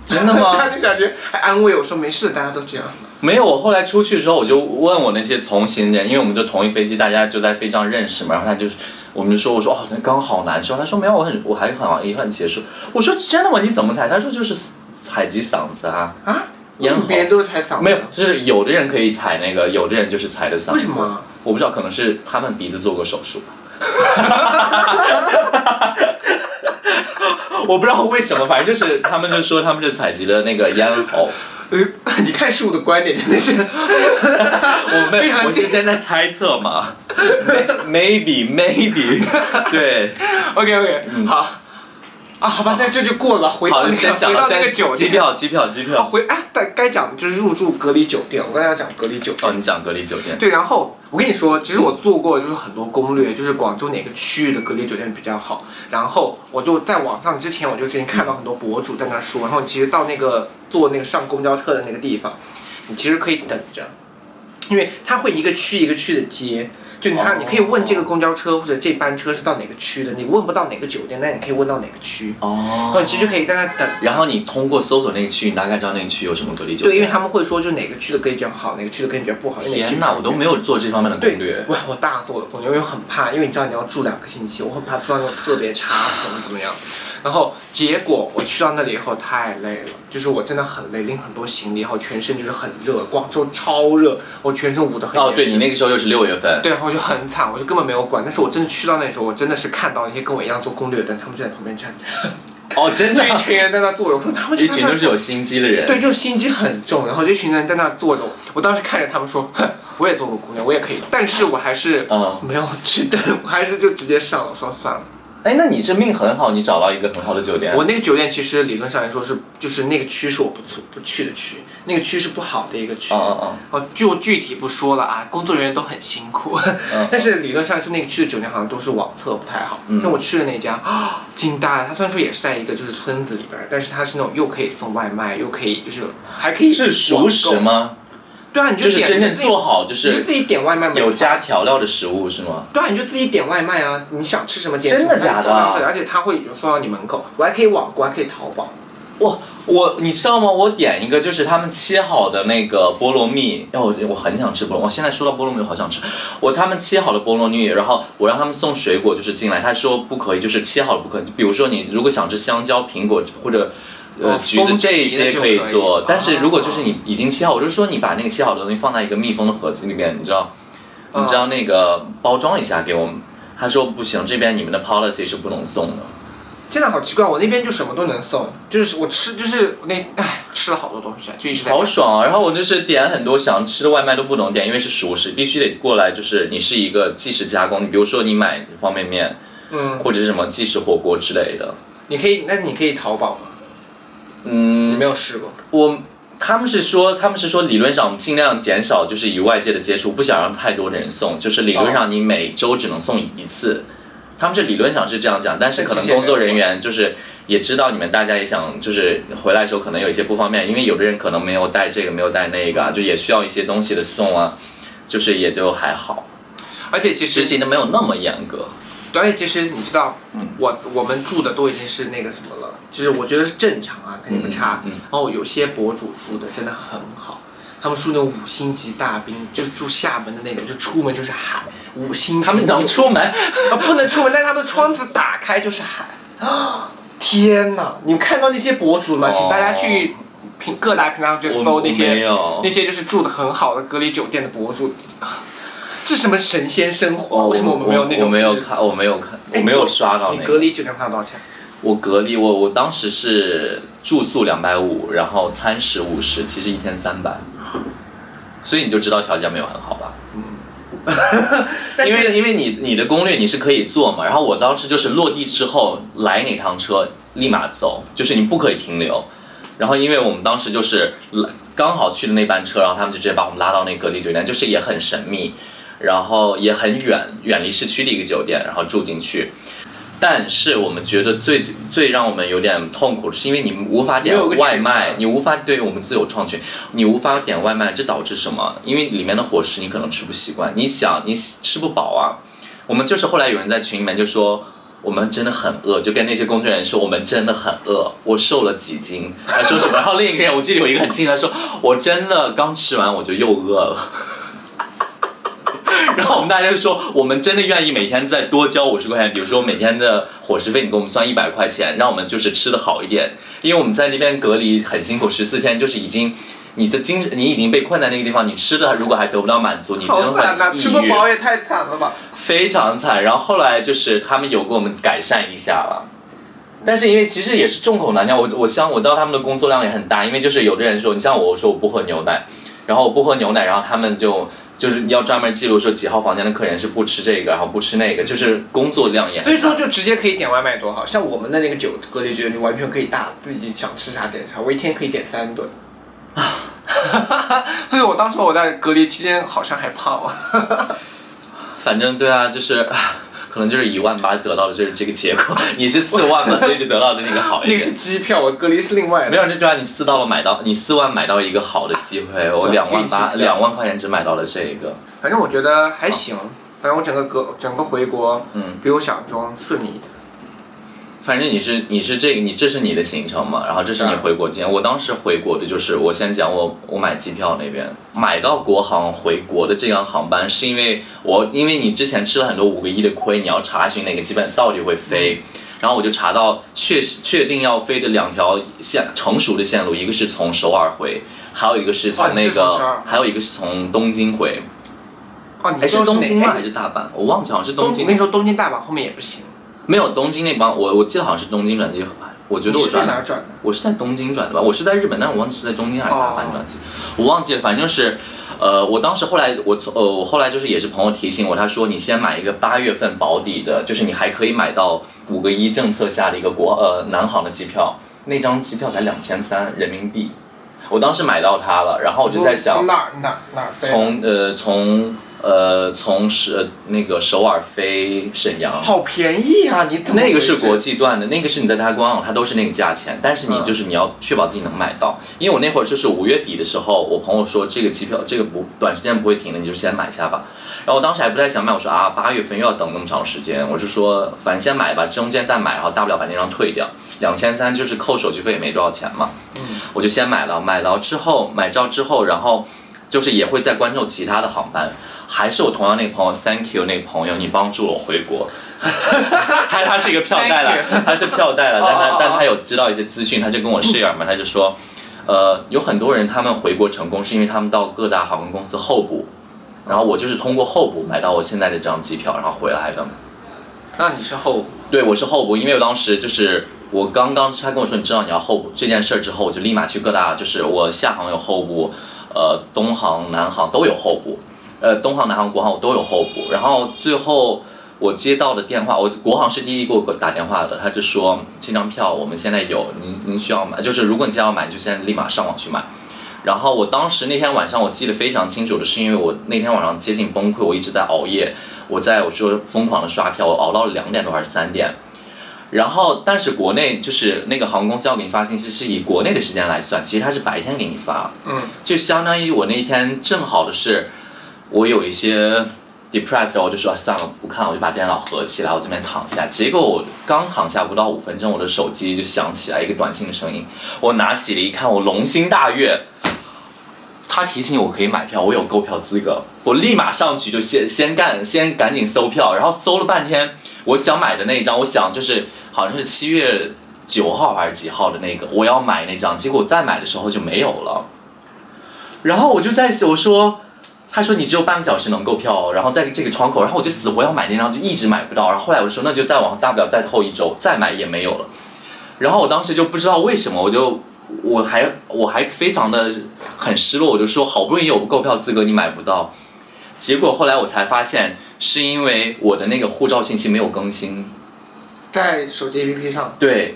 A: 真的
B: 她
A: 吗？
B: 那小姐姐还安慰我说没事，大家都这样。
A: 没有，我后来出去的时候，我就问我那些同行人，因为我们就同一飞机，大家就在飞机上认识嘛。然后他就是，我们就说，我说哦，刚好难受。他说没有，我很，我还很也很结束。我说真的吗？你怎么采？他说就是采集嗓子啊，
B: 啊？为
A: 咽
B: 什
A: 喉
B: 么别人都是采嗓子？
A: 没有，，就是有的人可以采那个，有的人就是采的嗓子。
B: 为什么？
A: 我不知道，可能是他们鼻子做过手术吧。 我不知道为什么，反正就是他们就说他们是采集了那个咽 喉，
B: 呃，你看事物的观点真的是，
A: 我
B: 非
A: 没
B: 常，
A: 我是现在猜测 嘛，maybe maybe，对，
B: OK OK，、好啊，好吧，那这就过了，回
A: 嗯
B: 到
A: 好，
B: 那
A: 就先
B: 个
A: 讲
B: 回
A: 到
B: 到那
A: 现在
B: 个酒
A: 机
B: 店。
A: 票机票机
B: 啊，
A: 票，
B: 回哎，但该讲的就是入住隔离酒店。我刚才要讲隔离酒店
A: 哦，，你讲隔离酒店，
B: 对，然后我跟你说，其实我做过就是很多攻略，就是广州哪个区域的隔离酒店比较好。然后我就在网上之前，我就之前看到很多博主在那说，然后其实到那个坐那个上公交车的那个地方，你其实可以等着，因为它会一个区一个区的接。就你看，
A: 哦
B: 你可以问这个公交车或者这班车是到哪个区的，你问不到哪个酒店，但你可以问到哪个区，然后
A: 哦
B: 你，其实可以在那等。
A: 然后你通过搜索那个区，你大概知道那个区有什么隔离酒
B: 对，因为
A: 店。
B: 他们会说，就是哪个区的隔离比较好，哪个区的隔离比较不好。因为哪个区
A: 天哪，我都没有做这方面的
B: 对
A: 攻略，
B: 哇，我大做了攻略，因为我很怕，因为你知道你要住两个星期，我很怕住到那种特别差或者怎么样。然后结果我去到那里以后太累了，就是我真的很累，拎很多行李，然后全身就是很热，广州超热，我全身捂得很严
A: 哦，
B: 实。
A: 对你那个时候又是六月份，
B: 对，然后我就很惨，我就根本没有管。但是我真的去到那时候，我真的是看到那些跟我一样做攻略的人，他们就在旁边站着，
A: 哦，真
B: 就
A: 的，
B: 一群人在那坐着。我说他们
A: 一
B: 就在
A: 群
B: 那
A: 都是有心机的人。
B: 对，就是心机很重，然后这群人在那坐着，我当时看着他们说，哼，我也做过姑娘，我也可以，但是我还是
A: 嗯
B: 没有去 等，我还是就直接上了，我说算了。
A: 哎，那你这命很好，你找到一个很好的酒店。
B: 我那个酒店其实理论上来说是，就是那个区是我不错不去的区，那个区是不好的一个区。
A: 嗯嗯嗯，
B: 哦，就具体不说了啊，工作人员都很辛苦，
A: 嗯
B: 但是理论上说那个区的酒店好像都是网测不太好。那、我去的那家啊，惊呆了。它虽然说也是在一个就是村子里边儿，但是它是那种又可以送外卖，又可以就是还可以
A: 是熟食
B: 网购？
A: 吗？
B: 对啊，你
A: 就
B: 就是点
A: 真正
B: 自己
A: 做好，就
B: 你就是自己点外卖嘛
A: 有加调料的食物是吗？
B: 对啊，你就自己点外卖啊，你想吃什么点
A: 真的
B: 什么
A: 假的啊
B: 送到这里而且他会有送到你门口，我还可以网购，还可以淘宝。
A: 我我你知道吗？我点一个就是他们切好的那个菠萝蜜，然后我我很想吃菠萝。我现在说到菠萝蜜，我好想吃。我他们切好的菠萝蜜，然后我让他们送水果就是进来，他说不可以，就是切好了不可以。比如说你如果想吃香蕉、苹果或者。呃
B: 哦，
A: 橘子
B: 封
A: 这一
B: 皮的
A: 些
B: 就
A: 可以
B: 可以
A: 做，但是如果
B: 哦
A: 就是你已经切好，我就说你把那个切好的东西放在一个密封的盒子里面，你知道，你
B: 哦
A: 知道那个包装一下给我们。他说不行，这边你们的 policy 是不能送的。
B: 真的好奇怪，我那边就什么都能送，就是我吃，就是我那唉吃了好多东西，啊，就一直在
A: 好爽啊！然后我就是点很多想吃的外卖都不能点，因为是熟食，必须得过来。就是你是一个即时加工，你比如说你买方便面
B: 嗯，
A: 或者是什么即食火锅之类的。
B: 你可以，那你可以淘宝吗？你
A: 嗯，
B: 没有试过？
A: 我他们是说他们是说理论上尽量减少就是与外界的接触，不想让太多的人送。就是理论上你每周只能送一次。他们是理论上是这样讲，但是可能工作人员就是也知道你们大家也想就是回来的时候可能有一些不方便，因为有的人可能没有带这个没有带那个啊，就也需要一些东西的送啊，就是也就还好，
B: 而且其实
A: 执行的没有那么严格。
B: 对，而且其实你知道，
A: 嗯
B: 我我们住的都已经是那个什么了，就是我觉得是正常啊，肯定不差。
A: 嗯嗯
B: 然后有些博主住的真的很好，他们住那种五星级大宾，就是住厦门的那种，就出门就是海，五星级
A: 他们能出门，
B: 啊不能出门，但是他们的窗子打开就是海啊！天哪，你们看到那些博主了吗？
A: 哦
B: 请大家去平各大平台上去
A: 我
B: 搜那
A: 我没
B: 些
A: 有
B: 那些就是住的很好的隔离酒店的博主，啊这什么
A: 哦
B: 神仙生活？为什么我们没有那种？哎
A: 我没有看，我没有看，我没有刷到
B: 你
A: 那
B: 隔
A: 个。
B: 离酒店花了多少钱？
A: 我隔离，我我当时是住宿两百五，然后餐食五十，其实一天三百，所以你就知道条件没有很好吧？
B: 但
A: 因
B: 是
A: 为因为你你的攻略你是可以做嘛，然后我当时就是落地之后来哪趟车立马走，就是你不可以停留。然后因为我们当时就是来刚好去的那班车，然后他们就直接把我们拉到那隔离酒店，就是也很神秘，然后也很远，远离市区的一个酒店，然后住进去。但是我们觉得最最让我们有点痛苦，是因为你无法点
B: 没有个
A: 外
B: 群
A: 卖
B: 啊，
A: 你无法对我们自有创群，你无法点外卖，这导致什么？因为里面的伙食你可能吃不习惯，你想你吃不饱啊。我们就是后来有人在群里面就说。我们真的很饿，就跟那些工作人员说我们真的很饿，我瘦了几斤，还说什么？然后另一个人，我记得有一个很近的说，我真的刚吃完我就又饿了。 然后我们大家就说，我们真的愿意每天再多交五十块钱，比如说每天的伙食费，你给我们算一百块钱，让我们就是吃的好一点，因为我们在那边隔离很辛苦，十四天就是已经。你的精神，你已经被困在那个地方，你吃的如果还得不到满足，你真的
B: 好
A: 会
B: 惨呐、
A: 抑郁。
B: 吃不饱也太惨了吧！
A: 非常惨。然后后来就是他们有给我们改善一下了。但是因为其实也是众口难调，我我相我知道他们的工作量也很大，因为就是有的人说，你像我，我说我不喝牛奶，然后我不喝牛奶，然后他们就就是要专门记录说几号房间的客人是不吃这个，然后不吃那个，就是工作量也很大。
B: 所以说就直接可以点外卖多好，像我们的那个酒隔离酒店，你完全可以大自己想吃啥点啥，我一天可以点三顿。 所以我当时我在隔离期间好像还胖了。
A: 反正对啊，就是。唉可能就是一万八得到的就是这个结果， 你是四万 嘛，所以就得到的那个好一
B: 那
A: 点。
B: 个是机票，我隔离是另外
A: 没
B: 的。
A: 有，就对啊，你四到了买到，你四万买到一个好的机会，我
B: 对
A: 两万八，
B: 运气比较
A: 两
B: 好
A: 万块钱只买到了这一个。
B: 反正我觉得还行，反正我整个隔整个回国，
A: 嗯，
B: 比我想象中顺利一点。
A: 反正你是你是这个你这是你的行程嘛，然后这是你
B: 对
A: 回国经验。我当时回国的就是我先讲我我买机票那边买到国航回国的这样航班，是因为我因为你之前吃了很多五个亿的亏，你要查询哪个机本到底会飞。
B: 嗯
A: 然后我就查到确确定要飞的两条线成熟的线路，一个是从首尔回，还有一个是
B: 哦
A: 从
B: 你
A: 那
B: 是
A: 个，
B: 从首尔
A: 还有一个是从东京回，
B: 哦，你
A: 哎是
B: 说
A: 东京吗？
B: 哪
A: 还
B: 哎
A: 是大阪？我忘记好像是东京
B: 我跟，你说，东京、大阪后面也不行。
A: 没有东京那帮我我记得好像是东京转机，我觉得
B: 你
A: 我
B: 是在
A: 转
B: 哪儿转的？
A: 我是在东京转的吧？我是在日本，但是我忘记是在东京还是大阪转机，我忘记了。反正就是，呃，我当时后来我从呃，我后来就是也是朋友提醒我，他说你先买一个八月份保底的，就是你还可以买到五个一政策下的一个国呃南航的机票，那张机票才两千三人民币。我当时买到它了，然后我就在想
B: 从，哪儿哪儿哪儿飞？
A: 从呃从呃从是那个首尔飞沈阳，
B: 好便宜啊！你怎么
A: 那个是
B: 回事
A: 国际段的，那个是你在它官网，它都是那个价钱，但是你
B: 嗯
A: 就是你要确保自己能买到。因为我那会儿就是五月底的时候，我朋友说这个机票这个不短时间不会停的，你就先买下吧。然后我当时还不太想买，我说啊八月份又要等那么长时间，我是说反正先买吧，中间再买，然后大不了把那张退掉，两千三就是扣手续费也没多少钱嘛。我就先买了，买了之后买到之后，然后就是也会在关注其他的航班。还是我同样那个朋友，Thank you 那个朋友，你帮助我回国。 他他是一个票代了，他是票代了，但
B: 哦哦
A: 他
B: 哦
A: 但他有知道一些资讯，他就跟我 share 嘛，他就说，呃，有很多人他们回国成功是因为他们到各大航空公司候补，然后我就是通过候补买到我现在的这张机票，然后回来的。
B: 那你是后
A: 对，我是候补，因为我当时就是我刚刚他跟我说你知道你要候补这件事儿之后，我就立马去各大，就是我厦航有候补，呃，东航、南航都有候补，呃，东航、南航、国航我都有候补。然后最后我接到的电话，我国航是第一个给我打电话的，他就说这张票我们现在有，您您需要买，就是如果你现在要买，就现在立马上网去买。然后我当时那天晚上我记得非常清楚的是，因为我那天晚上接近崩溃，我一直在熬夜，我在我就疯狂的刷票，我熬到了两点多还是三点。然后，但是国内就是那个航空公司要给你发信息，是以国内的时间来算，其实它是白天给你发，
B: 嗯，
A: 就相当于我那一天正好的是，我有一些 depressed，我就说、啊算了不看了，我就把电脑合起来，我这边躺下。结果我刚躺下不到五分钟，我的手机就响起来一个短信的声音，我拿起了一看，我龙心大悦。他提醒我可以买票，我有购票资格，我立马上去就先先干，先赶紧搜票，然后搜了半天，我想买的那一张，我想就是好像是七月九号还是几号的那个，我要买那张，结果我再买的时候就没有了。然后我就在想，我说，他说你只有半个小时能购票哦，然后在这个窗口，然后我就死活要买那张，就一直买不到。然后后来我就说，那就再往大不了再后一周再买也没有了。然后我当时就不知道为什么，我就我还我还非常的很失落，我就说好不容易有购票资格你买不到，结果后来我才发现是因为我的那个护照信息没有更新。
B: 在手机 APP 上，
A: 对，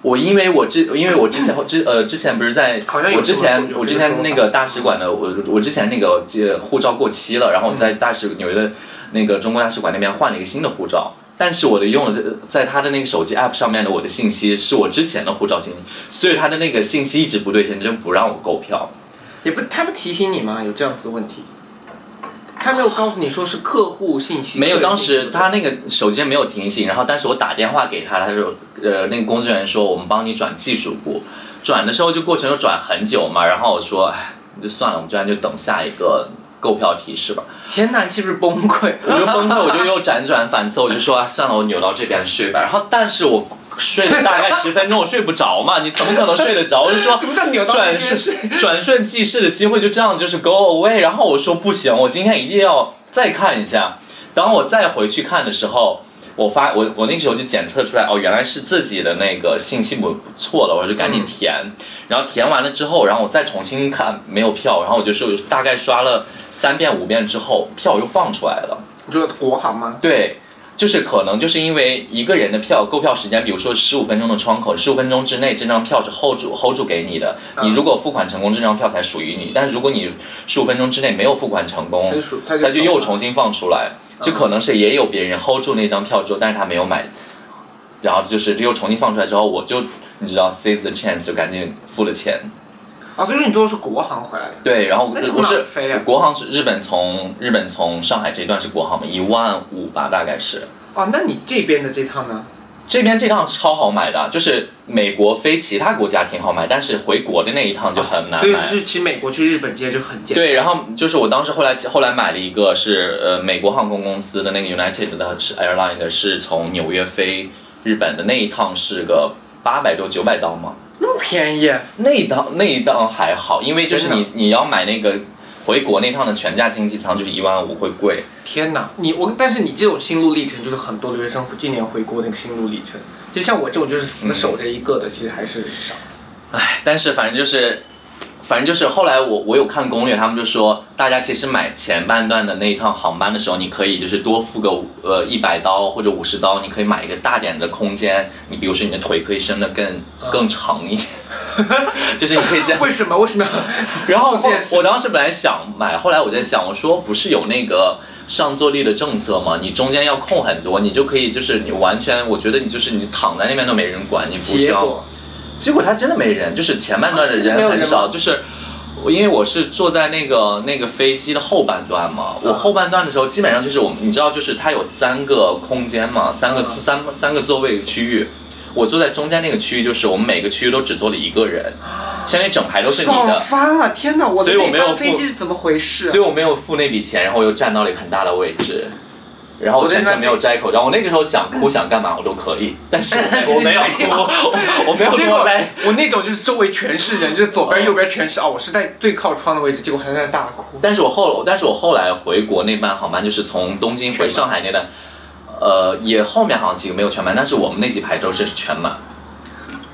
A: 我因为我之因为我之前之呃之前不是在
B: 好像有
A: 我之前
B: 这么
A: 我
B: 有这
A: 之
B: 个
A: 前那
B: 说
A: 个大使馆的我我之前那个呃护照过期了，然
B: 嗯
A: 后我在大使纽约的那个中国大使馆那边换了一个新的护照。但是我的用了在他的那个手机 app 上面的我的信息是我之前的护照信息，所以他的那个信息一直不对称，就不让我购票。
B: 也不他不提醒你吗？有这样子的问题，他没有告诉你说是客户信息，
A: 没有，
B: 个人
A: 当
B: 信息
A: 时他那个手机没有提醒，然后但是我打电话给他，他说，呃，那个工作人员说我们帮你转技术部，转的时候就过程就转很久嘛，然后我说，哎，就算了，我们这样就等下一个购票提示吧。
B: 天哪，你是不是 崩溃？
A: 我就崩溃，我就又辗转反侧，我就说、啊、算了，我扭到这边睡吧。然后但是我睡了大概十分钟，我睡不着嘛，你怎么可能睡得着？我就 说
B: 什么叫扭到那
A: 转
B: 边睡
A: 瞬转瞬即逝的机会就这样就是 go away。然后我说不行，我今天一定要再看一下。当我再回去看的时候。我发我我那时候就检测出来哦，原来是自己的那个信息不错了，我就赶紧填，然后填完了之后，然后我再重新看没有票，然后我就是大概刷了三遍五遍之后，票又放出来了。
B: 你说国行吗？
A: 对，就是可能就是因为一个人的票购票时间，比如说十五分钟的窗口，十五分钟之内这张票是 hold 住 hold 住给你的，你如果付款成功，这张票才属于你。但是如果你十五分钟之内没有付款成功
B: 他就，数，他就
A: 它就又重新放出来，就可能是也有别人 hold 住那张票之后，但是他没有买，然后就是又重新放出来之后，我就你知道 seize the chance 就赶紧付了钱。
B: 啊，所以说你最后是国行回来的，
A: 对，然后
B: 那从
A: 不
B: 哪
A: 是
B: 飞啊
A: 国航是日本从日本从上海这一段是国航嘛，一万五吧，大概是。
B: 哦，那你这边的这趟呢？
A: 这边这趟超好买的，就是美国飞其他国家挺好买，但是回国的那一趟就很难
B: 所以
A: 买。
B: 就是骑美国去日本接就很简单。
A: 对，然后就是我当时后来后来买了一个是呃美国航空公司的那个 United 的是 airline 的是从纽约飞日本的那一趟是个八百多九百刀嘛，
B: 那么便宜，
A: 那一档那一档还好，因为就是
B: 真
A: 你你要买那个回国那趟的全价经济舱就是一万五会贵，
B: 天哪！你我，但是你这种心路历程，就是很多留学生今年回国那个心路历程。其实像我这种就是死守着一个的，其实还是少。
A: 唉， 但是反正就是，反正就是后来我我有看攻略，他们就说大家其实买前半段的那一趟航班的时候，你可以就是多付个五呃一百刀或者五十刀，你可以买一个大点的空间，你比如说你的腿可以伸得更
B: 啊
A: 更长一点， 就是你可以这 样。
B: 为什么？为什么要？
A: 然后
B: 做这件事
A: 我我当时本来想买，后来我在想，我说不是有那个上座率的政策吗？你中间要空很多，你就可以就是你完全，我觉得你就是你躺在那边都没人管，你 不需
B: 结
A: 要。
B: 果
A: 结果他真的没人，就是前半段的
B: 啊真
A: 哦
B: 的没
A: 人
B: 有
A: 很
B: 人
A: 少，
B: 吗
A: 就是我因为我是坐在那个那个飞机的后半段嘛，嗯我
B: 啊
A: 后半段的时候基本上就是我们，你知道就是它有三个空间嘛，三个、嗯
B: 啊
A: 三三个座位区域，我坐在中间那个区域，就是我们每个区域都只坐了一个人，相当于整排都是你
B: 爽
A: 的。
B: 翻了！天哪，我
A: 所
B: 的
A: 以我
B: 那
A: 没有
B: 班飞
A: 付
B: 机是怎么回事啊？
A: 所以我没有付那笔钱，然后我又占到了一个很大的位置，然后我
B: 我在
A: 全
B: 那
A: 程没有摘口罩。我那个时候想哭想干嘛我都可以，但是我我没 有哭，我我没有
B: 结
A: 落
B: 果
A: 泪。
B: 我那种就是周围全是人，就是左边右边全是啊，我是在最靠窗的位置，结果还在那大哭。
A: 但是我后，但是我后来回国那班航班就是从东京回上海那班，呃，也后面好像几个没有全满，但是我们那几排都是全满。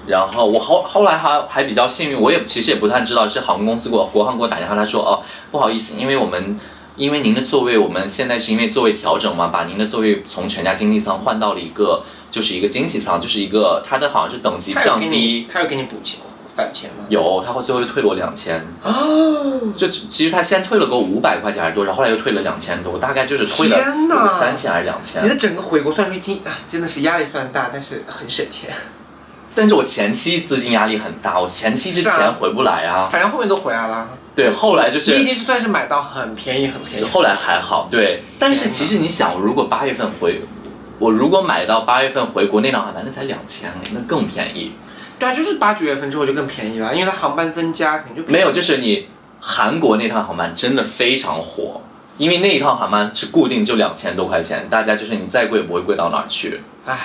A: 然后我后后来还还比较幸运，我也其实也不太知道是航空公司给我国航给我打电话，他说哦不好意思，因为我们因为您的座位，我们现在是因为座位调整嘛，把您的座位从全价经济舱换到了一个就是一个经济舱，就是一个它的好像是等级
B: 他有
A: 降
B: 给
A: 低
B: 你，，他有给你补钱返钱吗？
A: 有他会最后退了我两千。
B: 哦，
A: 就其实他先退了个五百块钱还是多少，后来又退了两千多，大概就是退了
B: 天哪
A: 三千还是两
B: 你
A: 千。
B: 的整个回国算出去，哎，真的是压力算大，但是很省钱。
A: 但是我前期资金压力很大，我前期之
B: 是啊
A: 前回不来啊。
B: 反正后面都回来了，
A: 对，后来就
B: 你已
A: 是
B: 经是算是买到很便宜很便宜。
A: 后来还好，对。但是其实你想，如果八月份回，我如果买到八月份回国那趟航班，那才两千，哎那更便宜。
B: 对啊，就是八九月份之后就更便宜了，因为它航班增加，肯定就便宜
A: 没有，就是你韩国那趟航班真的非常火，因为那一趟航班是固定就两千多块钱，大家就是你再贵也不会贵到哪儿去。
B: 唉，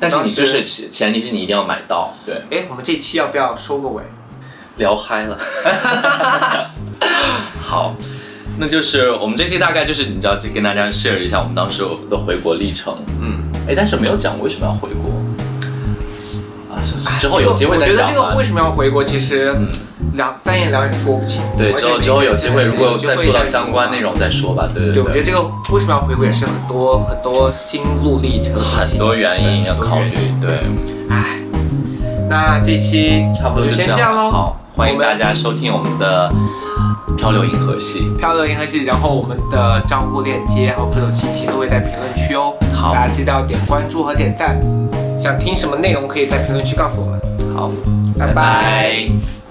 A: 但是你就
B: 当
A: 是前前提是你一定要买到，对。
B: 哎，我们这期要不要收个尾？
A: 聊嗨了。 好，那就是我们这期大概就是你知道，就跟大家 share 一下我们当时的回国历程。
B: 嗯，
A: 哎，但是没有讲为什么要回国啊？之后有机会再
B: 我觉得
A: 讲
B: 这个
A: 吧
B: 为。什么要回国，其实
A: 嗯
B: 两三言两语说不清。
A: 对，
B: 而
A: 之
B: 且
A: 后之后有机会，
B: 每
A: 如
B: 个人
A: 果
B: 真的
A: 再
B: 是
A: 做
B: 有机会
A: 到
B: 再说
A: 相关
B: 吧
A: 内。容再说吧。对
B: 对，
A: 对
B: 我觉得
A: 对，
B: 这个为什么要回国也是很多很多心路历程，
A: 很多原因要考虑。对，
B: 唉，那这期
A: 差不多
B: 就
A: 就
B: 嗯先
A: 这
B: 这样
A: 样
B: 喽。
A: 好，欢迎大家收听我们的《漂流银河系》。
B: 漂流银河系，然后我们的账户链接和所有信息都会在评论区哦。
A: 好
B: 大家记得要点关注和点赞。想听什么内容，可以在评论区告诉我们。
A: 好，
B: 拜拜
A: 拜拜